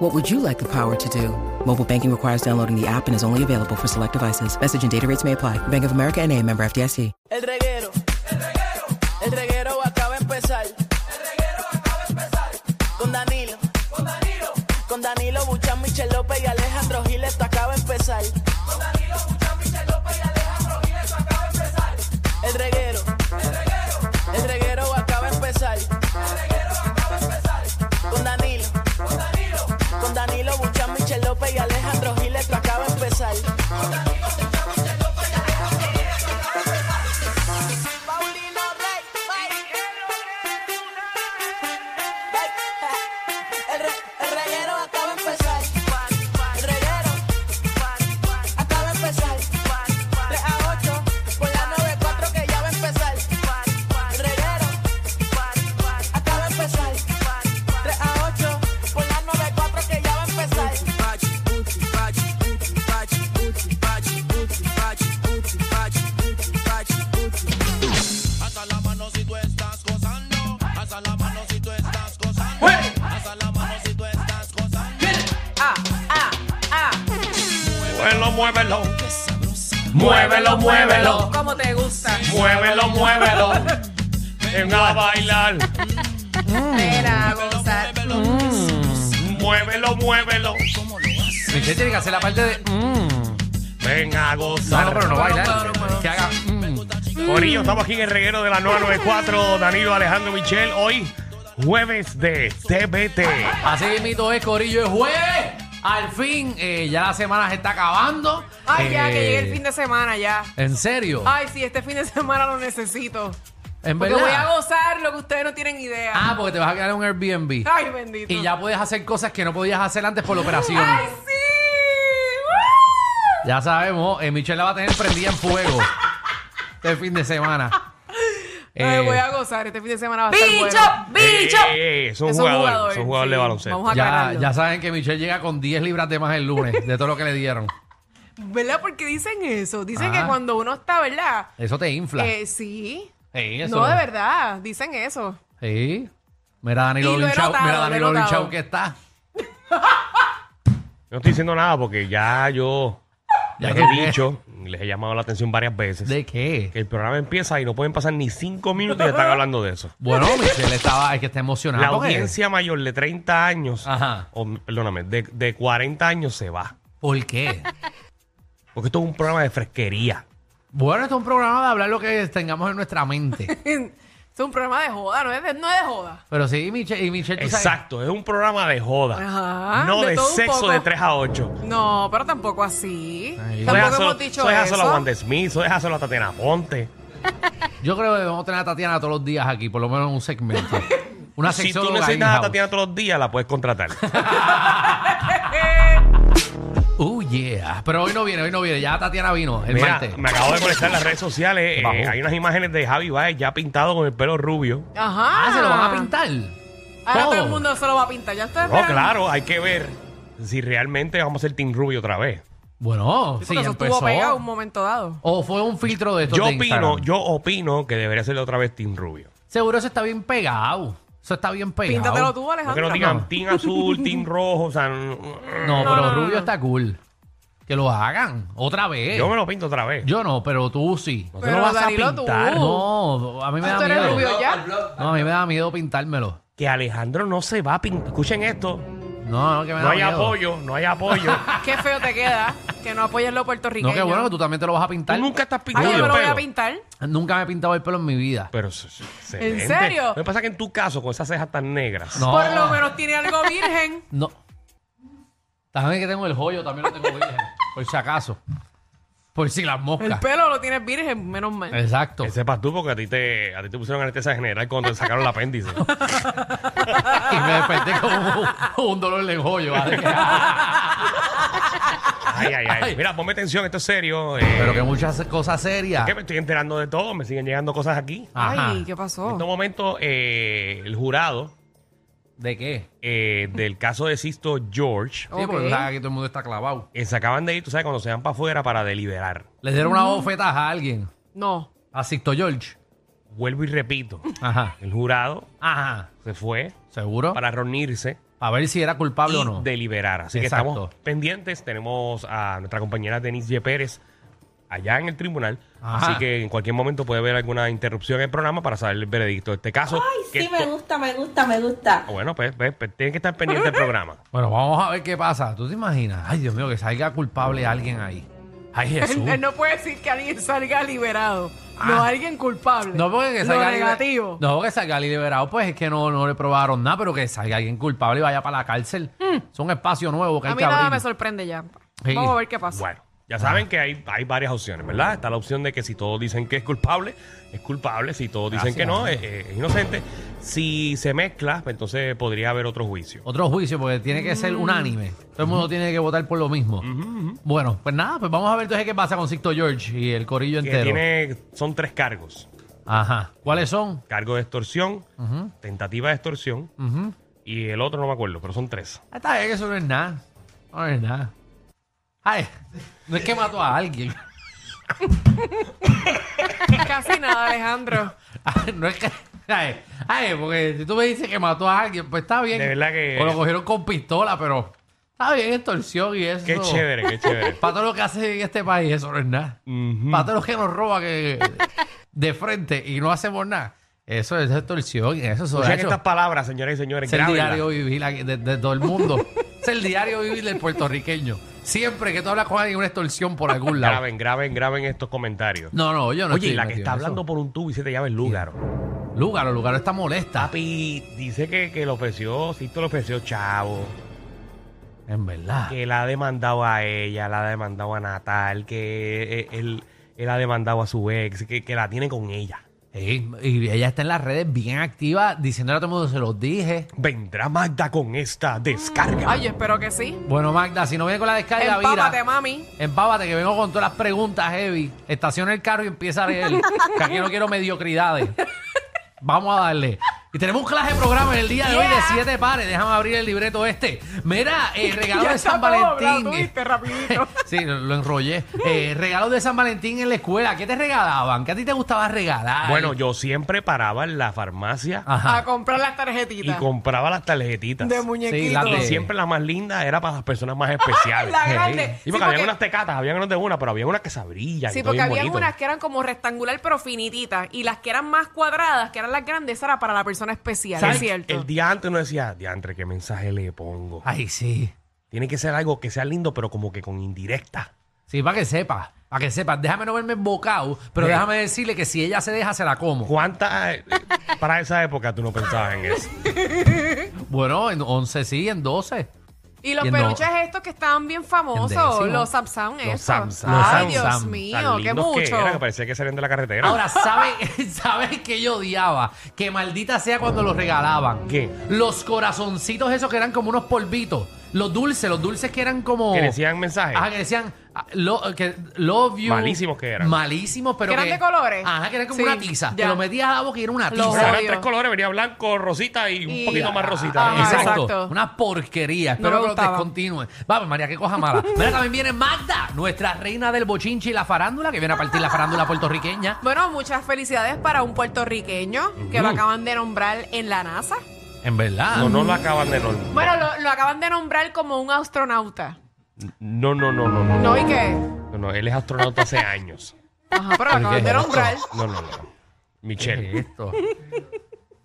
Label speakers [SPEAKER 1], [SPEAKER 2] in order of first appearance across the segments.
[SPEAKER 1] What would you like the power to do? Mobile banking requires downloading the app and is only available for select devices. Message and data rates may apply. Bank of America and a member FDIC.
[SPEAKER 2] El reguero. El reguero. El reguero acaba de empezar. El reguero acaba de empezar. Con Danilo. Con Danilo. Con Danilo Buchan, Michel López y Alejandro Gil, esto acaba de empezar. Con Danilo Buchan, Michel López y Alejandro Gil, esto acaba de empezar. El reguero. El reguero. El reguero acaba de empezar. El reguero acaba de empezar. Con Danilo. Con Danilo. Con Danilo Buchan, Michel López y Alejandro Gil, esto acaba de empezar. Paulino Rey, El, re, el reguero acaba de empezar. El reguero acaba de empezar. 3 a 8 por la 94 que ya va a empezar. El reguero acaba de empezar. 3 a 8 por la 94 que ya va a empezar.
[SPEAKER 3] Hasta la mano si tú estás gozando. Hasta la mano si tú estás gozando.
[SPEAKER 4] ¡Hey!
[SPEAKER 3] Hasta la mano si tú estás gozando.
[SPEAKER 4] Muévelo, muévelo. Muévelo, muévelo.
[SPEAKER 5] ¿Cómo te gusta?
[SPEAKER 4] Muévelo, muévelo. Venga a bailar.
[SPEAKER 5] Mira, gozar.
[SPEAKER 4] Muévelo, muévelo.
[SPEAKER 6] Michelle tiene que hacer la parte de.
[SPEAKER 4] Venga a
[SPEAKER 6] No, no,
[SPEAKER 4] gozar.
[SPEAKER 6] pero no bailar. Que haga.
[SPEAKER 4] Corillo, estamos aquí en el reguero de la 994. Danilo, Alejandro, Michel. Hoy, jueves de TBT.
[SPEAKER 6] Así mismo es, Corillo, es jueves. Pues, Al fin, eh, ya la semana se está acabando.
[SPEAKER 5] Ay, ya,
[SPEAKER 6] Eh,
[SPEAKER 5] que llegue el fin de semana ya.
[SPEAKER 6] ¿En serio?
[SPEAKER 5] Ay, sí, este fin de semana lo necesito.
[SPEAKER 6] ¿En
[SPEAKER 5] Porque
[SPEAKER 6] verdad?
[SPEAKER 5] voy a gozar lo que ustedes no tienen idea.
[SPEAKER 6] ah, porque te vas a quedar en un Airbnb.
[SPEAKER 5] Ay, bendito.
[SPEAKER 6] Y ya puedes hacer cosas que no podías hacer antes por la operación.
[SPEAKER 5] ¡Ay, sí!
[SPEAKER 6] Ya sabemos, eh, Michelle la va a tener prendida en fuego. este fin de semana.
[SPEAKER 5] ¡Woo! Ay,
[SPEAKER 6] Eh,
[SPEAKER 5] voy a gozar. Este fin de semana va a estar
[SPEAKER 2] ¡Bicho!
[SPEAKER 5] bueno.
[SPEAKER 2] ¡Bicho!
[SPEAKER 4] Eh, eh, son
[SPEAKER 5] Es un
[SPEAKER 4] jugadores.
[SPEAKER 5] jugador,
[SPEAKER 4] Son jugadores de
[SPEAKER 5] sí.
[SPEAKER 4] baloncesto.
[SPEAKER 5] Vamos a
[SPEAKER 6] ya,
[SPEAKER 5] aclararlo.
[SPEAKER 6] ya saben que Michelle llega con 10 libras de más el lunes, de todo lo que le dieron.
[SPEAKER 5] ¿Verdad? Porque dicen eso. Dicen
[SPEAKER 6] Ajá.
[SPEAKER 5] que cuando uno está, ¿verdad?
[SPEAKER 6] Eso te infla.
[SPEAKER 5] Eh, sí.
[SPEAKER 6] Sí, eso
[SPEAKER 5] No, de verdad. Dicen eso.
[SPEAKER 6] Sí. Mira Danilo
[SPEAKER 5] Y lo he
[SPEAKER 6] Linchau,
[SPEAKER 5] notado,
[SPEAKER 6] mira
[SPEAKER 5] lo he
[SPEAKER 6] Danilo
[SPEAKER 5] notado.
[SPEAKER 6] Linchau que está.
[SPEAKER 4] No estoy diciendo nada porque ya yo
[SPEAKER 6] Ya
[SPEAKER 4] les
[SPEAKER 6] que-
[SPEAKER 4] he dicho, les he llamado la atención varias veces.
[SPEAKER 6] ¿De qué?
[SPEAKER 4] Que el programa empieza y no pueden pasar ni cinco minutos y ya están hablando de eso.
[SPEAKER 6] Bueno, Michelle estaba, es que está emocionada.
[SPEAKER 4] La
[SPEAKER 6] porque-
[SPEAKER 4] audiencia mayor de 30 años,
[SPEAKER 6] Ah, Ajá.
[SPEAKER 4] o perdóname, de, de 40 años se va.
[SPEAKER 6] ¿Por qué?
[SPEAKER 4] Porque esto es un programa de fresquería.
[SPEAKER 6] Bueno, esto es un programa de hablar lo que tengamos en nuestra mente.
[SPEAKER 5] Es un programa de joda, no es de, no es de joda.
[SPEAKER 6] Pero sí, Michelle, y Michelle, tú sabes-
[SPEAKER 4] Exacto, es un programa de joda.
[SPEAKER 5] Ajá,
[SPEAKER 4] no
[SPEAKER 5] de
[SPEAKER 4] de,
[SPEAKER 5] todo un
[SPEAKER 4] sexo
[SPEAKER 5] poco.
[SPEAKER 4] de 3 a 8.
[SPEAKER 5] No, pero tampoco así.
[SPEAKER 6] Ay.
[SPEAKER 5] Tampoco
[SPEAKER 4] Eso
[SPEAKER 5] hemos dicho
[SPEAKER 4] eso
[SPEAKER 5] eso.
[SPEAKER 4] déjaselo a Wanda Smith, eso déjaselo a Tatiana Ponte.
[SPEAKER 6] Yo creo que debemos tener a Tatiana todos los días aquí, por lo menos en un segmento. Una
[SPEAKER 4] Si tú
[SPEAKER 6] sexóloga
[SPEAKER 4] necesitas a
[SPEAKER 6] in-house.
[SPEAKER 4] Tatiana todos los días, la puedes contratar.
[SPEAKER 5] Eh,
[SPEAKER 6] Uh, yeah. Pero hoy no viene, hoy no viene. Ya Tatiana vino el
[SPEAKER 4] Mira,
[SPEAKER 6] martes.
[SPEAKER 4] me acabo de conectar en las redes sociales. eh,
[SPEAKER 6] Bajo.
[SPEAKER 4] hay unas imágenes de Javi Baez ya pintado con el pelo rubio.
[SPEAKER 5] Ajá.
[SPEAKER 6] Ah, se lo van a pintar.
[SPEAKER 5] Ahora todo
[SPEAKER 6] Todo.
[SPEAKER 5] el mundo se lo va a pintar. Ya está.
[SPEAKER 4] No, Oh, claro, hay que ver si realmente vamos a ser Team Rubio otra vez.
[SPEAKER 6] Bueno, sí,
[SPEAKER 5] Sí, porque eso
[SPEAKER 6] empezó.
[SPEAKER 5] estuvo pegado un momento dado.
[SPEAKER 6] O fue un filtro de estos
[SPEAKER 4] Yo
[SPEAKER 6] de Instagram.
[SPEAKER 4] opino, yo opino que debería ser otra vez Team Rubio.
[SPEAKER 6] Seguro eso está bien pegado. Eso está bien pegado.
[SPEAKER 5] Píntatelo tú,
[SPEAKER 4] No que
[SPEAKER 5] Alejandro.
[SPEAKER 4] nos digan Team Azul, Team Rojo, o sea, no-
[SPEAKER 6] No, pero Rubio está cool. Que lo hagan otra vez.
[SPEAKER 4] yo
[SPEAKER 6] Yo,
[SPEAKER 4] me lo pinto otra vez.
[SPEAKER 6] no, pero tú sí.
[SPEAKER 4] No te lo
[SPEAKER 5] Pero
[SPEAKER 4] vas a
[SPEAKER 5] Danilo, tú.
[SPEAKER 4] pintar.
[SPEAKER 6] No, a mí me
[SPEAKER 5] Ah, Tú
[SPEAKER 6] da
[SPEAKER 5] eres
[SPEAKER 6] miedo.
[SPEAKER 5] rubio ya.
[SPEAKER 6] No, a mí me da miedo pintármelo.
[SPEAKER 4] Que Alejandro no se va a pintar. Escuchen esto.
[SPEAKER 6] No, no, que me
[SPEAKER 4] No
[SPEAKER 6] da
[SPEAKER 4] hay
[SPEAKER 6] miedo.
[SPEAKER 4] apoyo, no hay apoyo.
[SPEAKER 5] Qué feo te queda que no apoyes lo puertorriqueño.
[SPEAKER 6] No, que bueno que tú también te lo vas a
[SPEAKER 4] Tú
[SPEAKER 6] pintar.
[SPEAKER 4] nunca estás
[SPEAKER 5] Ay,
[SPEAKER 4] pintando
[SPEAKER 5] yo me
[SPEAKER 4] el
[SPEAKER 5] lo voy a
[SPEAKER 4] pelo.
[SPEAKER 5] pintar.
[SPEAKER 6] Nunca me he pintado el pelo en mi vida.
[SPEAKER 4] Pero eso es excelente.
[SPEAKER 5] ¿En serio?
[SPEAKER 4] Lo que pasa es que en tu caso, con esas cejas tan negras.
[SPEAKER 6] No.
[SPEAKER 5] Por lo menos tiene algo virgen.
[SPEAKER 6] No. También que tengo el joyo, también lo tengo virgen. Por si acaso. Por si las
[SPEAKER 5] El
[SPEAKER 6] moscas.
[SPEAKER 5] pelo lo tienes virgen, menos mal.
[SPEAKER 6] Exacto.
[SPEAKER 4] Que sepas tú, porque a ti te, a ti te pusieron anestesia general cuando te sacaron el apéndice.
[SPEAKER 6] Y me desperté con un, un dolor en el joyo. ¿vale?
[SPEAKER 4] Ay, ay, ay. Mira, ponme atención, esto es serio. eh,
[SPEAKER 6] Pero que muchas cosas serias.
[SPEAKER 4] que me estoy enterando de todo, me siguen llegando cosas aquí.
[SPEAKER 6] Ajá.
[SPEAKER 5] Ay, ¿qué
[SPEAKER 4] En
[SPEAKER 5] pasó?
[SPEAKER 4] este momento, eh, el jurado
[SPEAKER 6] ¿De qué?
[SPEAKER 4] eh, del caso de Sisto George
[SPEAKER 6] Sí, porque
[SPEAKER 5] Ok.
[SPEAKER 6] tú sabes que todo el mundo está clavado.
[SPEAKER 4] eh, se acaban de ir, tú sabes, cuando se van para afuera para deliberar.
[SPEAKER 6] Le dieron una bofetada a alguien.
[SPEAKER 5] No.
[SPEAKER 6] A Sixto George.
[SPEAKER 4] Vuelvo y repito,
[SPEAKER 6] Ajá.
[SPEAKER 4] el jurado
[SPEAKER 6] Ajá.
[SPEAKER 4] se fue
[SPEAKER 6] ¿Seguro? Para
[SPEAKER 4] para reunirse
[SPEAKER 6] ver si era culpable o
[SPEAKER 4] y
[SPEAKER 6] no.
[SPEAKER 4] deliberar. Así
[SPEAKER 6] Exacto.
[SPEAKER 4] que estamos pendientes. Tenemos a nuestra compañera Denise Ye Pérez allá en el tribunal.
[SPEAKER 6] Ajá.
[SPEAKER 4] Así que en cualquier momento puede haber alguna interrupción en el programa para saber el veredicto de este caso. que
[SPEAKER 7] Sí, me
[SPEAKER 4] to-
[SPEAKER 7] gusta, me gusta, me gusta.
[SPEAKER 4] Ah, Bueno, pues, pues, pues, tienen que estar pendientes del programa.
[SPEAKER 6] Bueno, vamos a ver qué pasa. ¿Tú te imaginas? Ay, Dios mío, que salga culpable alguien ahí. Ay, Jesús.
[SPEAKER 5] Él, él no puede decir que alguien salga liberado. No,
[SPEAKER 6] Ah.
[SPEAKER 5] alguien culpable.
[SPEAKER 6] No porque que
[SPEAKER 5] Lo
[SPEAKER 6] salga liber-
[SPEAKER 5] negativo.
[SPEAKER 6] No que salga liberado, pues es que no, no le probaron nada, pero que salga alguien culpable y vaya para la cárcel. Es un espacio nuevo que
[SPEAKER 5] Mm. A
[SPEAKER 6] hay
[SPEAKER 5] mí
[SPEAKER 6] que
[SPEAKER 5] nada
[SPEAKER 6] abrir.
[SPEAKER 5] me sorprende ya.
[SPEAKER 6] Sí.
[SPEAKER 5] Vamos a ver qué pasa.
[SPEAKER 4] Bueno, ya
[SPEAKER 6] Ah.
[SPEAKER 4] saben que hay, hay varias opciones, ¿verdad? Está la opción de que si todos dicen que es culpable, es culpable. Si todos dicen
[SPEAKER 6] Así
[SPEAKER 4] que no,
[SPEAKER 6] es.
[SPEAKER 4] es, es inocente. Si se mezcla, pues, entonces podría haber otro juicio.
[SPEAKER 6] Otro juicio, porque tiene que
[SPEAKER 5] Mm.
[SPEAKER 6] ser unánime. Todo el mundo tiene que votar por lo mismo. Bueno, pues nada, pues vamos a ver entonces qué pasa con Sixto George y el corillo
[SPEAKER 4] Que
[SPEAKER 6] entero.
[SPEAKER 4] tiene, son tres cargos.
[SPEAKER 6] Ajá. ¿Cuáles son?
[SPEAKER 4] Cargo de extorsión, tentativa de extorsión
[SPEAKER 6] Ujú.
[SPEAKER 4] y el otro no me acuerdo, pero son tres.
[SPEAKER 6] Ah, Está bien, que eso no es nada. No es nada. Ay, no es que mató a alguien.
[SPEAKER 5] Casi nada, Alejandro.
[SPEAKER 6] Ay, no es que. Ay, ay, porque si tú me dices que mató a alguien, pues está bien.
[SPEAKER 4] De verdad que-
[SPEAKER 6] O lo cogieron con pistola, pero está bien, extorsión y eso.
[SPEAKER 4] Qué chévere, qué chévere.
[SPEAKER 6] Para todo lo que hace en este país, eso no es nada.
[SPEAKER 4] Ujú.
[SPEAKER 6] Para todo lo que nos roba que, de frente y no hacemos nada, eso es extorsión. y Eso, eso,
[SPEAKER 4] Escuchen
[SPEAKER 6] eso-
[SPEAKER 4] estas palabras, señoras y señores.
[SPEAKER 6] es el
[SPEAKER 4] grábenlas.
[SPEAKER 6] diario vivir aquí de, de todo el mundo. es el diario vivir del puertorriqueño. Siempre que tú hablas con alguien, una extorsión por algún lado.
[SPEAKER 4] Graben, graben, graben estos comentarios.
[SPEAKER 6] No, no, yo no
[SPEAKER 4] Oye, y
[SPEAKER 6] estoy
[SPEAKER 4] la que
[SPEAKER 6] metido
[SPEAKER 4] está
[SPEAKER 6] en eso.
[SPEAKER 4] hablando por un tubo y se te llama el lugar.
[SPEAKER 6] Lugaro, Lugaro está molesta.
[SPEAKER 4] Papi dice que, que le ofreció, Sisto le ofreció chavo,
[SPEAKER 6] En verdad.
[SPEAKER 4] que la ha demandado a ella, la ha demandado a Natal, que eh, él, él ha demandado a su ex, que, que la tiene con ella.
[SPEAKER 6] Sí, y ella está en las redes bien activa diciéndole a todo el mundo, se los dije.
[SPEAKER 4] Vendrá Magda con esta descarga.
[SPEAKER 5] Ay, yo espero que sí.
[SPEAKER 6] Bueno, Magda, si no viene con la descarga,
[SPEAKER 5] Empápate,
[SPEAKER 6] vira.
[SPEAKER 5] mami.
[SPEAKER 6] Empápate, que vengo con todas las preguntas heavy. Estaciona el carro y empieza a leer. que aquí no quiero mediocridades. Vamos a darle. Y tenemos un clase de programa en el día de hoy de siete pares. Déjame abrir el libreto este. Mira, eh, regalo
[SPEAKER 5] Ya
[SPEAKER 6] de
[SPEAKER 5] está
[SPEAKER 6] San
[SPEAKER 5] todo doblado,
[SPEAKER 6] Valentín.
[SPEAKER 5] tú viste, rapidito.
[SPEAKER 6] sí, lo, lo enrollé. Eh, regalo de San Valentín en la escuela. ¿Qué te regalaban? ¿Qué a ti te gustaba regalar?
[SPEAKER 4] Bueno, yo siempre paraba en la farmacia
[SPEAKER 5] A
[SPEAKER 6] Ajá.
[SPEAKER 5] comprar las
[SPEAKER 4] y
[SPEAKER 5] tarjetitas.
[SPEAKER 4] compraba las tarjetitas.
[SPEAKER 5] Ah, de muñequitos.
[SPEAKER 6] Sí, las
[SPEAKER 4] Y
[SPEAKER 6] de-
[SPEAKER 4] siempre la más linda era para las personas más especiales.
[SPEAKER 5] La grande.
[SPEAKER 4] Sí,
[SPEAKER 5] Sí,
[SPEAKER 4] porque había
[SPEAKER 5] porque-
[SPEAKER 4] unas tecatas, había unas de una, pero había unas que se abrían.
[SPEAKER 5] Sí,
[SPEAKER 4] y todo
[SPEAKER 5] porque
[SPEAKER 4] bien
[SPEAKER 5] había
[SPEAKER 4] bonito.
[SPEAKER 5] unas que eran como rectangular pero finititas y las que eran más cuadradas, que eran las grandes, esa era para la persona especial,
[SPEAKER 4] ¿Sabes?
[SPEAKER 5] es cierto.
[SPEAKER 4] El día antes uno decía, diantre, ¿qué mensaje le pongo?
[SPEAKER 6] Ay, sí.
[SPEAKER 4] Tiene que ser algo que sea lindo, pero como que con indirecta.
[SPEAKER 6] Sí, para que sepa, para que sepa. Déjame no verme embocado, pero
[SPEAKER 4] Sí.
[SPEAKER 6] déjame decirle que si ella se deja, se la como.
[SPEAKER 4] ¿Cuántas eh, para esa época tú no pensabas en eso?
[SPEAKER 6] Bueno, en 11 sí, en 12.
[SPEAKER 5] y los
[SPEAKER 6] y en
[SPEAKER 5] peluches
[SPEAKER 6] no-
[SPEAKER 5] estos que estaban bien
[SPEAKER 6] en
[SPEAKER 5] famosos,
[SPEAKER 6] décimo.
[SPEAKER 5] los Samsung esos.
[SPEAKER 4] Los Samsung.
[SPEAKER 6] Los
[SPEAKER 5] Ay, Dios
[SPEAKER 6] Samsung.
[SPEAKER 5] mío,
[SPEAKER 4] Tan
[SPEAKER 5] qué
[SPEAKER 4] lindos que
[SPEAKER 5] mucho.
[SPEAKER 4] eran, que parecía que salían de la carretera.
[SPEAKER 6] Ahora, ¿sabes sabe que yo odiaba? Que maldita sea cuando los regalaban.
[SPEAKER 4] ¿Qué?
[SPEAKER 6] Los corazoncitos esos que eran como unos polvitos. Los dulces, los dulces que eran como...
[SPEAKER 4] que decían mensajes.
[SPEAKER 6] Ajá, que decían ah, lo- que, love you.
[SPEAKER 4] Malísimos que eran.
[SPEAKER 6] Malísimos, pero
[SPEAKER 5] ¿Que eran de colores?
[SPEAKER 6] Ajá, que eran como
[SPEAKER 5] Sí,
[SPEAKER 6] una tiza. Te
[SPEAKER 5] ya.
[SPEAKER 6] lo metías a la boca y era una tiza.
[SPEAKER 5] Los
[SPEAKER 4] O sea, eran
[SPEAKER 5] odio.
[SPEAKER 4] tres colores, venía blanco, rosita y un
[SPEAKER 5] Y-
[SPEAKER 4] poquito más
[SPEAKER 5] Ajá,
[SPEAKER 4] rosita.
[SPEAKER 5] exacto.
[SPEAKER 6] exacto. Una porquería. Espero
[SPEAKER 5] No me
[SPEAKER 6] que lo
[SPEAKER 5] gustaba.
[SPEAKER 6] descontinúen. Vamos, María, qué cosa mala. Mira, también viene Magda, nuestra reina del bochinche y la farándula, que viene a partir la farándula puertorriqueña.
[SPEAKER 5] Bueno, muchas felicidades para un puertorriqueño que lo
[SPEAKER 4] Ujú.
[SPEAKER 5] acaban de nombrar en la NASA.
[SPEAKER 6] En verdad.
[SPEAKER 4] No, no lo acaban de normal.
[SPEAKER 5] Bueno, lo, lo acaban de nombrar como un astronauta.
[SPEAKER 4] No, no, no, no, no.
[SPEAKER 5] ¿No? ¿Y qué?
[SPEAKER 4] No, no, él es astronauta hace años.
[SPEAKER 5] Ajá, pero lo acaban
[SPEAKER 6] qué
[SPEAKER 5] de
[SPEAKER 6] es
[SPEAKER 5] nombrar.
[SPEAKER 4] No, no, no.
[SPEAKER 6] ¿Qué
[SPEAKER 4] Michelle,
[SPEAKER 6] es esto?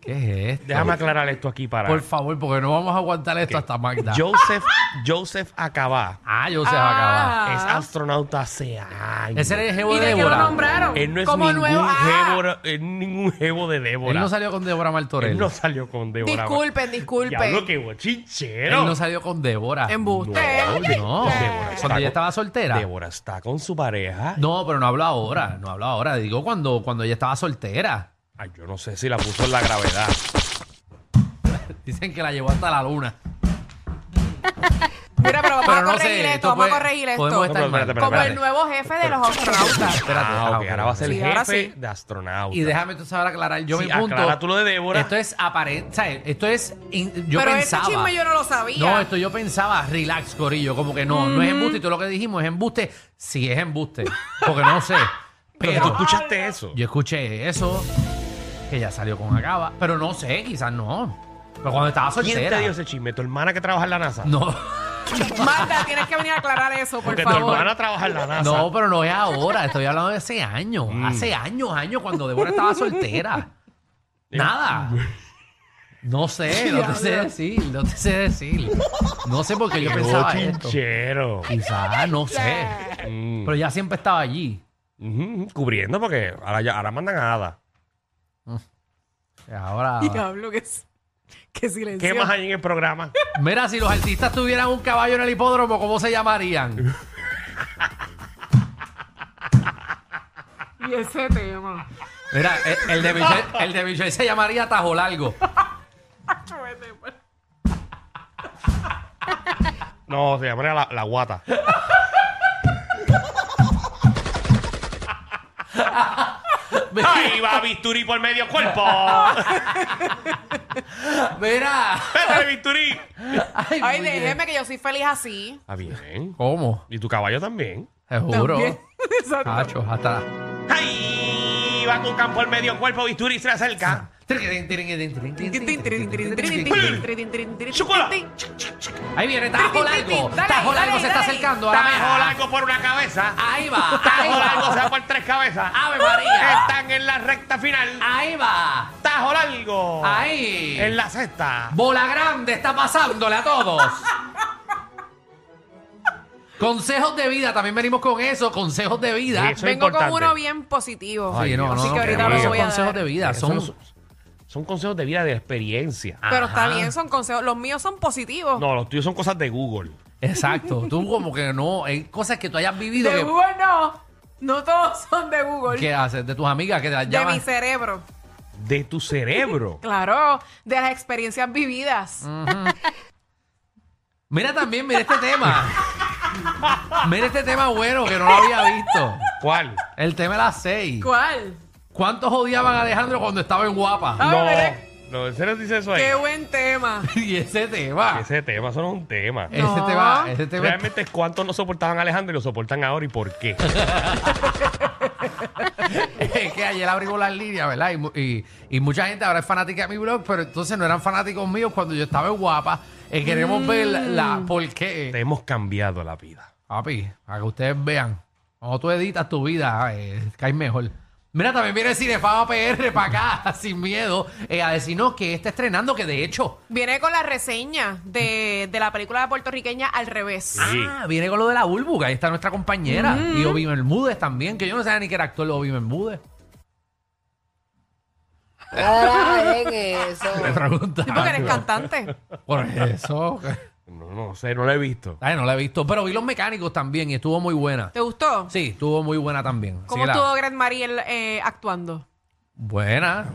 [SPEAKER 6] ¿Qué es esto?
[SPEAKER 4] déjame aclarar esto aquí para.
[SPEAKER 6] Por favor, porque no vamos a aguantar esto
[SPEAKER 4] Ok.
[SPEAKER 6] hasta Magda.
[SPEAKER 4] Joseph, Joseph Acabá
[SPEAKER 6] Ah, yo se va a acabar.
[SPEAKER 5] Ah.
[SPEAKER 4] es astronauta hace años.
[SPEAKER 6] Ese era el jevo de
[SPEAKER 5] ¿Y de qué lo
[SPEAKER 6] Débora.
[SPEAKER 5] nombraron?
[SPEAKER 4] Él no es
[SPEAKER 5] como
[SPEAKER 4] ningún,
[SPEAKER 5] nuevo. Ah,
[SPEAKER 4] jébora- eh, ningún jevo de Débora.
[SPEAKER 6] Él no salió con Débora Martorell.
[SPEAKER 4] Él no salió con Débora.
[SPEAKER 5] disculpen, disculpen.
[SPEAKER 4] Diablo, qué bochinchero.
[SPEAKER 6] Él no salió con Débora.
[SPEAKER 5] Embuste.
[SPEAKER 6] No,
[SPEAKER 4] Débora está
[SPEAKER 6] cuando
[SPEAKER 4] con-
[SPEAKER 6] ella estaba soltera.
[SPEAKER 4] Débora está con su pareja.
[SPEAKER 6] No, pero no hablo ahora. No hablo ahora. Digo cuando, cuando ella estaba soltera.
[SPEAKER 4] Ay, yo no sé si la puso en la gravedad.
[SPEAKER 6] Dicen que la llevó hasta la luna.
[SPEAKER 5] Mira, pero vamos
[SPEAKER 6] Pero
[SPEAKER 5] a
[SPEAKER 6] no sé,
[SPEAKER 5] corregir esto,
[SPEAKER 6] esto
[SPEAKER 5] vamos
[SPEAKER 6] puede-
[SPEAKER 5] a corregir esto.
[SPEAKER 6] podemos estar
[SPEAKER 4] No, pero espérate,
[SPEAKER 6] mal.
[SPEAKER 5] Como
[SPEAKER 4] espérate,
[SPEAKER 5] el nuevo jefe de los astronautas.
[SPEAKER 6] Espérate,
[SPEAKER 4] Ah,
[SPEAKER 6] ah,
[SPEAKER 4] ok, ahora va a ser
[SPEAKER 5] Sí,
[SPEAKER 4] jefe
[SPEAKER 5] ahora sí.
[SPEAKER 4] de astronauta.
[SPEAKER 6] Y déjame tú saber aclarar yo
[SPEAKER 4] Sí,
[SPEAKER 6] mi punto.
[SPEAKER 4] aclara tú lo de Débora.
[SPEAKER 6] Esto es aparente, ¿sabes? esto es in- yo
[SPEAKER 5] pero
[SPEAKER 6] pensaba.
[SPEAKER 5] este chisme yo no lo sabía.
[SPEAKER 6] No, esto yo pensaba, relax, Corillo, como que no, no es embuste. Y todo lo que dijimos es embuste. Sí, es embuste, porque no sé.
[SPEAKER 4] Pero tú
[SPEAKER 6] Pero
[SPEAKER 4] escuchaste eso.
[SPEAKER 6] yo escuché eso, que ya salió con Acaba, pero no sé, quizás no. Pero cuando estaba
[SPEAKER 4] ¿Quién
[SPEAKER 6] soltera.
[SPEAKER 4] te dio ese chisme? ¿Tu hermana que trabaja en la NASA?
[SPEAKER 6] No,
[SPEAKER 5] Magda, tienes que venir a aclarar eso, por
[SPEAKER 4] Porque tu
[SPEAKER 5] favor.
[SPEAKER 4] hermana trabaja en la NASA.
[SPEAKER 6] no, pero no es ahora, estoy hablando de hace años.
[SPEAKER 4] Mm.
[SPEAKER 6] Hace años, años, cuando Débora estaba soltera. Nada. No sé, no te sé decir, no te sé decir. No sé por qué yo
[SPEAKER 4] Qué
[SPEAKER 6] pensaba esto.
[SPEAKER 4] bochinchero.
[SPEAKER 6] Quizás, no sé.
[SPEAKER 4] Mm.
[SPEAKER 6] Pero ya siempre estaba allí.
[SPEAKER 4] Ujú, Cubriendo porque ahora, ya- ahora mandan a Ada.
[SPEAKER 6] Ahora.
[SPEAKER 5] Diablo, que, s- que silencio.
[SPEAKER 4] ¿Qué más hay en el programa?
[SPEAKER 6] Mira, si los artistas tuvieran un caballo en el hipódromo, ¿cómo se llamarían?
[SPEAKER 5] Y ese tema.
[SPEAKER 6] Mira, eh, el, el de Michelle, el de Michelle se llamaría Tajo Largo.
[SPEAKER 4] No, se llamaría la, la guata. ¡Ahí va Bisturí por medio cuerpo!
[SPEAKER 6] Mira.
[SPEAKER 4] ¡Vete, Bisturí!
[SPEAKER 6] Ay,
[SPEAKER 5] Ay,
[SPEAKER 6] muy bien.
[SPEAKER 5] déjeme que yo soy feliz así.
[SPEAKER 4] Ah, bien.
[SPEAKER 6] ¿Cómo?
[SPEAKER 4] Y tu caballo también.
[SPEAKER 6] Te juro.
[SPEAKER 5] También. Exacto.
[SPEAKER 6] Cacho, hasta.
[SPEAKER 4] ¡Ahí va tu campo por medio cuerpo! Bisturí se le acerca. ¡Chocolate!
[SPEAKER 6] Ahí viene Tajo Largo.
[SPEAKER 5] Dale,
[SPEAKER 6] Tajo Largo
[SPEAKER 5] dale,
[SPEAKER 6] se está
[SPEAKER 5] dale.
[SPEAKER 6] acercando a la
[SPEAKER 4] Tajo
[SPEAKER 6] mesa.
[SPEAKER 4] largo por una cabeza.
[SPEAKER 6] Ahí va. Ahí
[SPEAKER 4] Tajo largo se
[SPEAKER 6] va.
[SPEAKER 4] va por tres cabezas.
[SPEAKER 6] Ave María.
[SPEAKER 4] Están en la recta final.
[SPEAKER 6] Ahí va.
[SPEAKER 4] Tajo largo.
[SPEAKER 6] Ahí.
[SPEAKER 4] En la sexta.
[SPEAKER 6] Bola grande está pasándole a todos. Consejos de vida, también venimos con eso, consejos de vida.
[SPEAKER 4] Eso es
[SPEAKER 5] Vengo con
[SPEAKER 4] importante.
[SPEAKER 5] uno bien positivo.
[SPEAKER 4] Ay, Dios.
[SPEAKER 5] Así que
[SPEAKER 4] no,
[SPEAKER 5] ahorita
[SPEAKER 4] qué
[SPEAKER 5] los
[SPEAKER 4] rico.
[SPEAKER 5] voy a
[SPEAKER 6] consejos
[SPEAKER 5] dar.
[SPEAKER 6] de vida,
[SPEAKER 4] Eso
[SPEAKER 6] son
[SPEAKER 4] no son, son consejos de vida de experiencia.
[SPEAKER 5] Pero está
[SPEAKER 6] Ajá.
[SPEAKER 5] bien, son consejos. Los míos son positivos.
[SPEAKER 4] No, los tuyos son cosas de Google.
[SPEAKER 6] Exacto, tú como que no, hay cosas que tú hayas vivido
[SPEAKER 5] de
[SPEAKER 6] que,
[SPEAKER 5] Google no. No todos son de Google.
[SPEAKER 6] que haces de tus amigas que te las
[SPEAKER 5] de mi
[SPEAKER 6] llaman.
[SPEAKER 5] cerebro.
[SPEAKER 4] De tu cerebro.
[SPEAKER 5] Claro, de las experiencias vividas.
[SPEAKER 6] Mira también, mira este tema. mira este tema bueno que no lo había visto.
[SPEAKER 4] ¿Cuál?
[SPEAKER 6] El tema de las seis.
[SPEAKER 5] ¿Cuál?
[SPEAKER 6] ¿Cuántos odiaban a Alejandro cuando estaba en guapa?
[SPEAKER 5] Ay,
[SPEAKER 4] No,
[SPEAKER 5] ¿verdad?
[SPEAKER 4] no, en serio dice eso ahí.
[SPEAKER 5] Qué buen tema.
[SPEAKER 6] y ese tema,
[SPEAKER 4] Ese tema, eso no es un tema.
[SPEAKER 6] ese
[SPEAKER 5] No.
[SPEAKER 6] tema, ese tema.
[SPEAKER 4] Realmente es cuántos no soportaban a Alejandro y lo soportan ahora y por qué.
[SPEAKER 6] Es que ayer abrimos las líneas, ¿verdad? Y mu- Y, y mucha gente ahora es fanática de mi blog, pero entonces no eran fanáticos míos cuando yo estaba en guapa. Eh, queremos ver la, la- por
[SPEAKER 4] Te
[SPEAKER 6] qué.
[SPEAKER 4] hemos cambiado la vida.
[SPEAKER 6] Papi, para que ustedes vean. Cuando tú editas tu vida, eh, caes mejor. Mira, también viene Cinefama PR para acá, sin miedo, eh, a decirnos que está estrenando, que de hecho.
[SPEAKER 5] Viene con la reseña de, de la película puertorriqueña Al revés.
[SPEAKER 4] Sí. Mm.
[SPEAKER 6] Ah, viene con lo de la burbuja. Ahí está nuestra compañera. Y Obi Bermúdez también, que yo no sabía ni que era actor Obi Bermúdez. Me pregunta.
[SPEAKER 5] Sí, porque eres cantante.
[SPEAKER 6] Por eso.
[SPEAKER 4] No, no sé, no lo he visto.
[SPEAKER 6] Ay, no la he visto, pero vi los mecánicos también y estuvo muy buena.
[SPEAKER 5] ¿Te gustó?
[SPEAKER 6] Sí, estuvo muy buena también. Así
[SPEAKER 5] ¿Cómo
[SPEAKER 6] que la-
[SPEAKER 5] estuvo Gret Mariel eh, actuando?
[SPEAKER 6] Buena.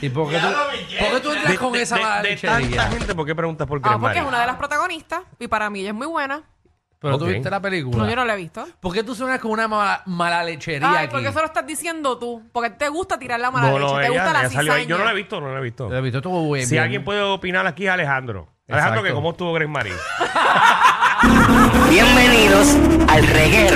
[SPEAKER 6] ¿Y por qué tú, por qué tú entras con
[SPEAKER 4] de,
[SPEAKER 6] esa
[SPEAKER 4] de-
[SPEAKER 6] mala
[SPEAKER 4] de
[SPEAKER 6] lechería?
[SPEAKER 4] tanta gente, ¿por qué preguntas por
[SPEAKER 5] Ah,
[SPEAKER 4] Gremari?
[SPEAKER 5] porque es una de las protagonistas y para mí ella es muy buena.
[SPEAKER 6] Pero
[SPEAKER 4] Ok.
[SPEAKER 6] tú viste la película.
[SPEAKER 5] No, yo no la he visto.
[SPEAKER 6] ¿Por qué tú suenas con una mala, mala lechería
[SPEAKER 5] Ay,
[SPEAKER 6] aquí?
[SPEAKER 5] porque eso lo estás diciendo tú. Porque te gusta tirar la mala
[SPEAKER 4] No,
[SPEAKER 5] leche,
[SPEAKER 4] no,
[SPEAKER 5] te
[SPEAKER 4] ella,
[SPEAKER 5] gusta la
[SPEAKER 4] ella salió ahí.
[SPEAKER 5] cizaña.
[SPEAKER 4] Yo no la he visto, no la he visto.
[SPEAKER 6] Lo he visto, estuvo bien,
[SPEAKER 4] Si
[SPEAKER 6] bien.
[SPEAKER 4] alguien puede opinar aquí es Alejandro. Alejandro,
[SPEAKER 6] Exacto.
[SPEAKER 4] que cómo estuvo Greg Marín.
[SPEAKER 2] Bienvenidos al reguero.